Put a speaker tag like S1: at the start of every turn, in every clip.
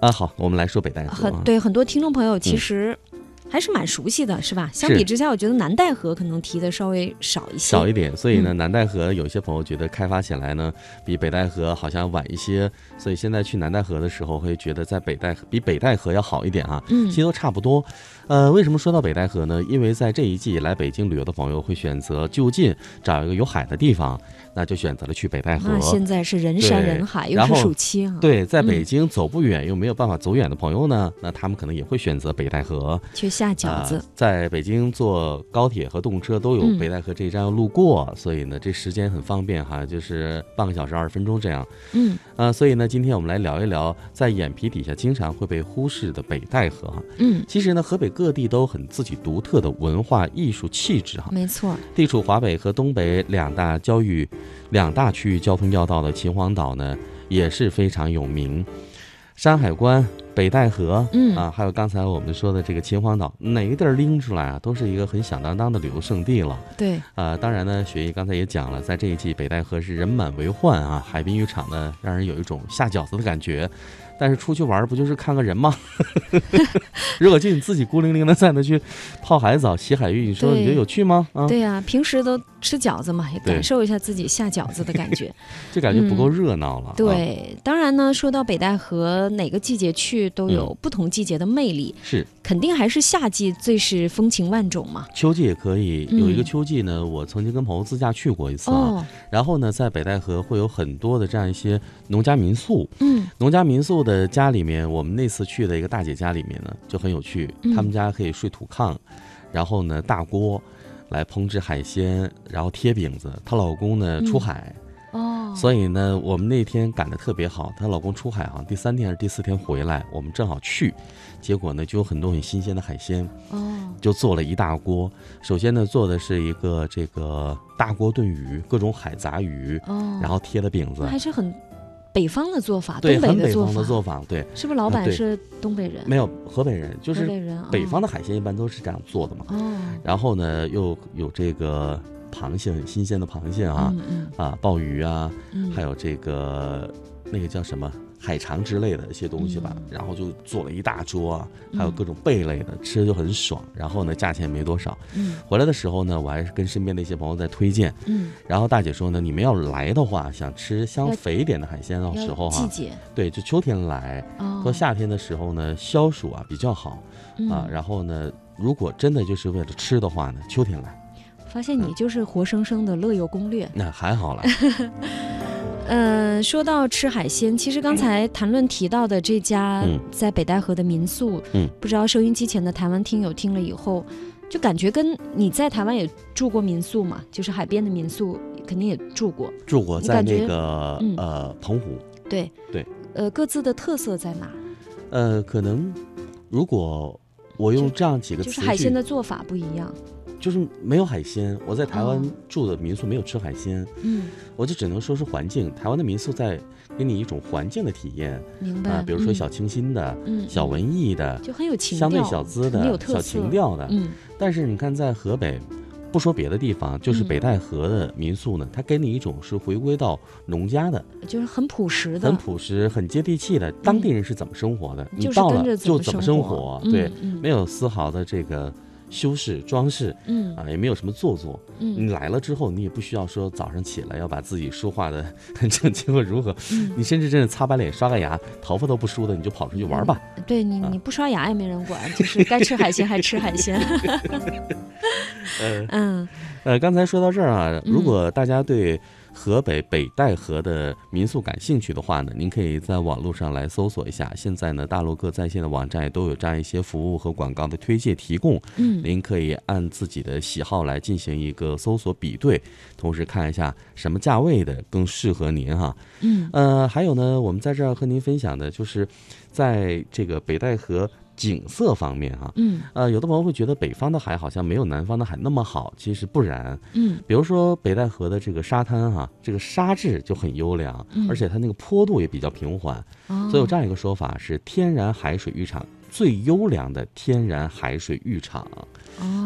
S1: 啊，好，我们来说北戴河
S2: 很
S1: 啊。
S2: 对很多听众朋友其
S1: 嗯
S2: 实还是蛮熟悉的，是吧？相
S1: 是
S2: 比之下，我觉得南戴河可能提的稍微少一些。
S1: 少一点，所以呢，
S2: 嗯
S1: 南戴河有一些朋友觉得开发起来呢，比北戴河好像晚一些，所以现在去南戴河的时候，会觉得在北戴河比北戴河要好一点啊。
S2: 嗯
S1: 其实都差不多。呃，为什么说到北戴河呢？因为在这一季来北京旅游的朋友会选择就近找一个有海的地方，那就选择了去北戴河
S2: 那。啊现在是人山
S1: 对
S2: 人海，又
S1: 然
S2: 是
S1: 后
S2: 暑期啊，
S1: 对，在北
S2: 嗯
S1: 京走不远又没有办法走远的朋友呢，那他们可能也会选择北戴河。
S2: 去下饺子
S1: 呃，在北京坐高铁和动车都有
S2: 嗯
S1: 北戴河这一站要路过，所以呢，这时间很方便哈，就是半个小时二十分钟这样。
S2: 嗯
S1: 呃，所以呢，今天我们来聊一聊在眼皮底下经常会被忽视的北戴河哈。
S2: 嗯，
S1: 其实呢，河北各地都有很自己独特的文化艺术气质哈。
S2: 没错，
S1: 地处华北和东北两大交域、两大区域交通要道的秦皇岛呢，也是非常有名。山海关、北戴河，
S2: 嗯
S1: 啊，还有刚才我们说的这个秦皇岛，哪个地儿拎出来啊，都是一个很响当当的旅游胜地了。
S2: 对，
S1: 呃，当然呢，雪姨刚才也讲了，在这一季北戴河是人满为患啊，海滨浴场呢，让人有一种下饺子的感觉。但是出去玩儿不就是看个人吗？热劲，自己孤零零的在那去泡海澡、洗海浴，你说你觉得
S2: 对
S1: 有趣吗？啊，
S2: 对呀、平时都吃饺子嘛，也
S1: 对
S2: 感受一下自己下饺子的感 觉。
S1: 就感觉不够
S2: 嗯
S1: 热闹了。啊，
S2: 对，当然呢，说到北戴河，哪个季节去都有
S1: 嗯
S2: 不同季节的魅力，
S1: 是
S2: 肯定还是夏季最是风情万种嘛。
S1: 秋季也可以。有一个
S2: 嗯
S1: 秋季呢，我曾经跟朋友自驾去过一次啊。
S2: 哦，
S1: 然后呢，在北戴河会有很多的这样一些农家民宿，
S2: 嗯，
S1: 农家民宿的家里面，我们那次去的一个大姐家里面呢，就很有趣。
S2: 嗯
S1: 他们家可以睡土炕，然后呢大锅来烹制海鲜，然后贴饼子。她老公呢
S2: 嗯
S1: 出海，
S2: 哦，
S1: 所以呢我们那天赶得特别好。她老公出海好像第三天还是第四天回来，我们正好去，结果呢就有很多很新鲜的海鲜，
S2: 哦，
S1: 就做了一大锅。首先呢做的是一个这个大锅炖鱼，各种海杂鱼，
S2: 哦，
S1: 然后贴了饼子
S2: 那。还是很北方的做法，
S1: 对，
S2: 东
S1: 很
S2: 北
S1: 北
S2: 的做
S1: 方
S2: 法，
S1: 的做法，对，
S2: 是不是老
S1: 啊
S2: 板
S1: 对
S2: 是东北人？
S1: 没有河北人，就
S2: 河
S1: 是
S2: 北嗯人，
S1: 北方的海鲜一般都是这样做的嘛。
S2: 哦，哦
S1: 然后呢，又有这个螃蟹，很新鲜的螃蟹啊，
S2: 嗯
S1: 啊，鲍鱼啊，
S2: 嗯，
S1: 还有这个那个叫什么海肠之类的一些东西吧
S2: 嗯。
S1: 然后就做了一大桌啊，还有
S2: 嗯
S1: 各种贝类的，吃的就很爽。然后呢，价钱没多少。
S2: 嗯
S1: 回来的时候呢，我还是跟身边的一些朋友在推荐。
S2: 嗯，
S1: 然后大姐说呢，你们要来的话，想吃相
S2: 要
S1: 肥一点的海鲜的
S2: 要
S1: 时候
S2: 季
S1: 哈，
S2: 节
S1: 对，就秋天来。
S2: 哦，
S1: 到夏天的时候呢，消暑啊比较好。啊，
S2: 嗯
S1: 然后呢，如果真的就是为了吃的话呢，秋天来
S2: 发现
S1: 嗯
S2: 你就是活生生的乐游攻略。
S1: 那还好 啦。
S2: 呃，说到吃海鲜，其实刚才谈论提到的这家
S1: 嗯
S2: 在北戴河的民宿，
S1: 嗯
S2: 不知道收音机前的台湾听友听了以后，就感觉跟你在台湾也住过民宿嘛，就是海边的民宿，肯定也住过，
S1: 住过
S2: 你
S1: 在
S2: 感
S1: 那
S2: 觉
S1: 个、
S2: 嗯
S1: 呃澎湖，
S2: 对
S1: 对，
S2: 呃，各自的特色在哪？
S1: 呃，可能如果我用这样几个
S2: 就
S1: 词
S2: 是
S1: 句，
S2: 海鲜的做法不一样，
S1: 就是没有海鲜。我在台湾
S2: 哦
S1: 住的民宿没有吃海鲜，
S2: 嗯，
S1: 我就只能说是环境。台湾的民宿在给你一种环境的体验啊、
S2: 明白。
S1: 比如说小清新的、
S2: 嗯嗯
S1: 小文艺的
S2: 嗯、就很有情
S1: 相
S2: 调，
S1: 对小资
S2: 很有
S1: 的、
S2: 特
S1: 小
S2: 色
S1: 情调的，
S2: 嗯
S1: 但是你看，在河北，不说别的地方，就是北
S2: 嗯
S1: 戴河的民宿呢，它给你一种是回归到农家的，
S2: 就是很朴实的，嗯
S1: 很朴实、很接地气的。当地人是怎么生活的？你
S2: 就是
S1: 到
S2: 跟
S1: 了
S2: 着
S1: 就
S2: 怎
S1: 怎
S2: 么
S1: 么
S2: 生
S1: 生
S2: 活
S1: 活，
S2: 嗯
S1: 对，
S2: 嗯
S1: 没有丝毫的这个修饰、装饰
S2: 嗯
S1: 啊，也没有什么做作。
S2: 嗯
S1: 你来了之后，你也不需要说早上起来要把自己梳化 的很整齐或如何，
S2: 嗯，
S1: 你甚至真的擦把脸、刷个牙，头发都不梳的，你就跑出去玩吧。
S2: 对你
S1: 啊
S2: 你不刷牙也没人管，就是该吃海鲜还吃 海鲜，
S1: 呃
S2: 嗯。
S1: 呃，刚才说到这儿啊，如
S2: 嗯
S1: 果大家对河北北戴河的民宿感兴趣的话呢，您可以在网络上来搜索一下。现在呢，大陆各在线的网站也都有这样一些服务和广告的推介提供，
S2: 嗯
S1: 您可以按自己的喜好来进行一个搜索比对，同时看一下什么价位的更适合您哈。
S2: 嗯
S1: 呃，还有呢，我们在这儿和您分享的就是，在这个北戴河景色方面哈、
S2: 嗯
S1: 呃，有的朋友会觉得北方的海好像没有南方的海那么好，其实不然。
S2: 嗯
S1: 比如说北戴河的这个沙滩哈、这个沙质就很优良，
S2: 嗯
S1: 而且它那个坡度也比较平缓，
S2: 哦，
S1: 所以有这样一个说法是天然海水浴场最优良的天然海水浴场
S2: 哦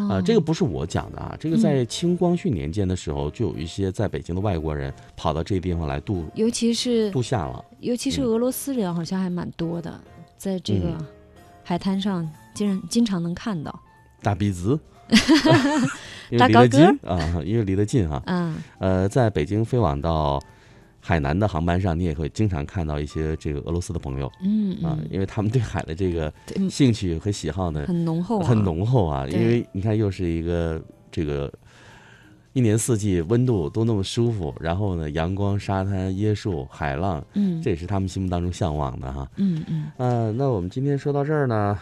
S1: 啊、这个不是我讲的啊，这个
S2: 嗯
S1: 在清光绪年间的时候，就有一些在北京的外国人跑到这地方来度
S2: 尤其是
S1: 度假了。
S2: 尤其是
S1: 嗯
S2: 俄罗斯人好像还蛮多的，在这个海滩上竟然经常能看到。
S1: 大鼻 子，因为
S2: 大
S1: 离
S2: 高
S1: 得近
S2: 个
S1: 啊，因为离得近哈、
S2: 嗯，
S1: 呃，在北京飞往到海南的航班上，你也会经常看到一些这个俄罗斯的朋友
S2: 嗯
S1: 啊，
S2: 嗯，
S1: 因为他们对海的这个
S2: 对嗯
S1: 兴趣和喜好呢
S2: 很浓厚、啊，
S1: 很。浓厚啊，因
S2: 对
S1: 为你看又是一个这个。一年四季温度都那么舒服，然后呢，阳光、沙滩、椰树、海浪，
S2: 嗯，
S1: 这也是他们心目当中向往的哈。
S2: 嗯嗯，
S1: 呃，那我们今天说到这儿呢，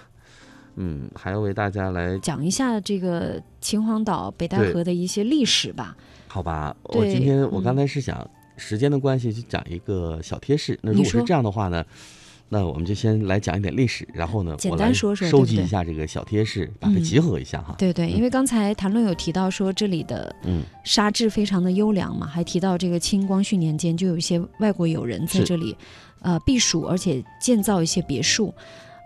S1: 嗯，还要为大家来
S2: 讲一下这个秦皇岛北戴
S1: 对
S2: 河的一些历史吧。
S1: 好吧，我
S2: 对
S1: 今天我
S2: 嗯
S1: 刚才是想、时间的关系去讲一个小贴士。那如
S2: 你
S1: 果是
S2: 说
S1: 这样的话呢，那我们就先来讲一点历史，然后呢，
S2: 简
S1: 我
S2: 单
S1: 来
S2: 说说对
S1: 收
S2: 不
S1: 集
S2: 对
S1: 一下这个小贴士，把它
S2: 嗯
S1: 集合一下哈。
S2: 对对，因为刚才谈论有提到说这里的
S1: 嗯
S2: 沙质非常的优良嘛，还提到这个清光绪年间就有一些外国友人在
S1: 是
S2: 这里，呃避暑，而且建造一些别墅。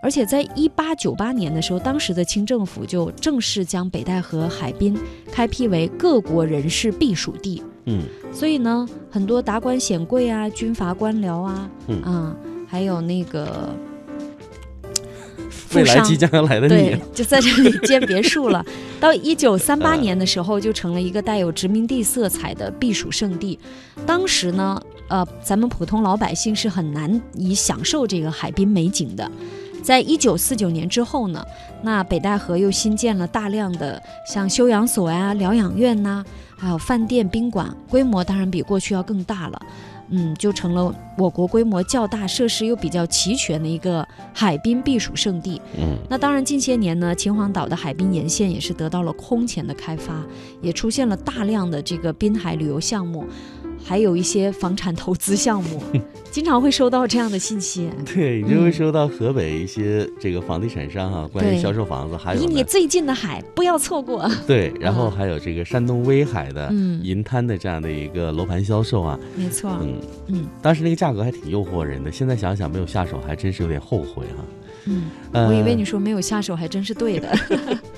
S2: 而且在一八九八年的时候，当时的清政府就正式将北戴河海滨开辟为各国人士避暑地，
S1: 嗯
S2: 所以呢，很多达官显贵啊、军阀官僚啊，
S1: 嗯
S2: 还有那个
S1: 未
S2: 富
S1: 来
S2: 商，
S1: 即将要来的
S2: 对
S1: 你，，
S2: 就在这 里建别墅了。到一九三八
S1: 呃
S2: 年的时候，就成了一个带有殖民地色彩的避暑胜地。当时呢，呃，咱们普通老百姓是很难以享受这个海滨美景的。在一九四九年之后呢，那北戴河又新建了大量的像休养所呀、疗养院呐、还有饭店、宾馆，规模当然比过去要更大了。嗯，就成了我国规模较大、设施又比较齐全的一个海滨避暑胜地。
S1: 嗯
S2: 那当然，近些年呢，秦皇岛的海滨沿线也是得到了空前的开发，也出现了大量的这个滨海旅游项目，还有一些房产投资项 目，经常会收到这样的信息。
S1: 对，你就会
S2: 嗯
S1: 收到河北一些这个房地产商哈、关于
S2: 对
S1: 销售房子，还有
S2: 离你
S1: 呢
S2: 最近的海，不要 错过。
S1: 对，然后
S2: 嗯
S1: 还有这个山东威海的
S2: 嗯，
S1: 银滩的这样的一个楼盘销售啊，
S2: 没错。
S1: 嗯
S2: 嗯
S1: 当时那个价格还挺诱惑人的，现在想想没有下手还真是有点后悔哈、
S2: 嗯，
S1: 呃，
S2: 我以为你说没有下手，还真是 对的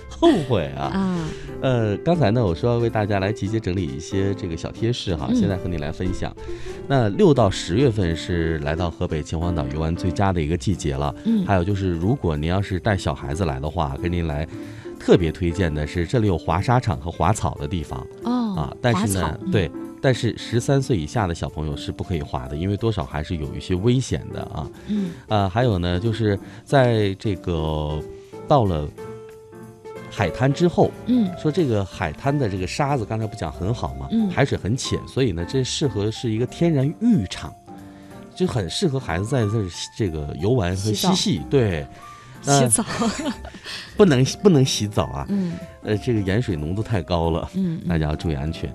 S1: 后悔啊。
S2: 啊。
S1: 呃，刚才呢，我说要为大家来集结整理一些这个小贴士哈，
S2: 嗯
S1: 现在和你来分享。那六到十月份是来到河北秦皇岛游玩最佳的一个季节了。
S2: 嗯
S1: 还有就是，如果您要是带小孩子来的话，跟您来特别推荐的是这里有滑沙场和滑草的地方
S2: 哦
S1: 啊，但
S2: 滑
S1: 是
S2: 草
S1: 呢，，对。但是十三岁以下的小朋友是不可以滑的，因为多少还是有一些危险的啊。
S2: 嗯
S1: 啊，还有呢，就是在这个到了海滩之后，
S2: 嗯
S1: 说这个海滩的这个沙子，刚才不讲很好吗？
S2: 嗯
S1: 海水很浅，所以呢，这适合是一个天然浴场，就很适合孩子在这儿这个游玩和
S2: 洗
S1: 嬉
S2: 澡
S1: 戏。对，
S2: 嗯，
S1: 那
S2: 洗澡，
S1: 不能不能洗澡啊，
S2: 嗯
S1: 呃，这个盐水浓度太高了，
S2: 嗯，
S1: 大家
S2: 家
S1: 要注意安全。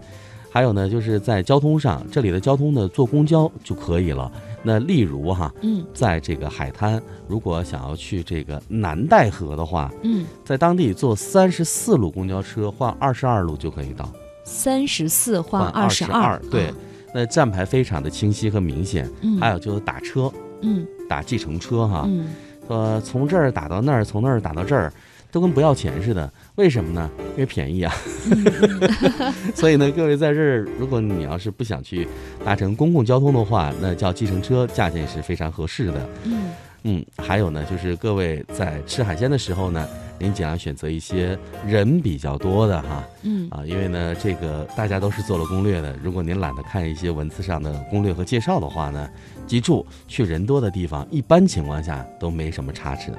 S1: 还有呢，就是在交通上，这里的交通呢，坐公交就可以了。那例如哈，
S2: 嗯
S1: 在这个海滩，如果想要去这个南戴河的话，
S2: 嗯，
S1: 在当地坐三十四路公交车换二十二路就可以到，
S2: 三十四换
S1: 二
S2: 十
S1: 啊二
S2: 二，，
S1: 对
S2: 啊，
S1: 那站牌非常的清晰和明显。
S2: 嗯，
S1: 还有就是打车，
S2: 嗯
S1: 打计程车哈，
S2: 嗯。
S1: 呃，从这儿打到那儿，从那儿打到这儿，都跟不要钱似的。为什么呢？因为便宜啊。
S2: 嗯
S1: 所以呢，各位在这儿，如果你要是不想去搭乘公共交通的话，那叫计程车，价钱也是非常合适的。
S2: 嗯
S1: 嗯，还有呢，就是各位在吃海鲜的时候呢，您尽量选择一些人比较多的哈
S2: 嗯
S1: 啊，因为呢，这个大家都是做了攻略的。如果您懒得看一些文字上的攻略和介绍的话呢，记住去人多的地方，一般情况下都没什么差池的。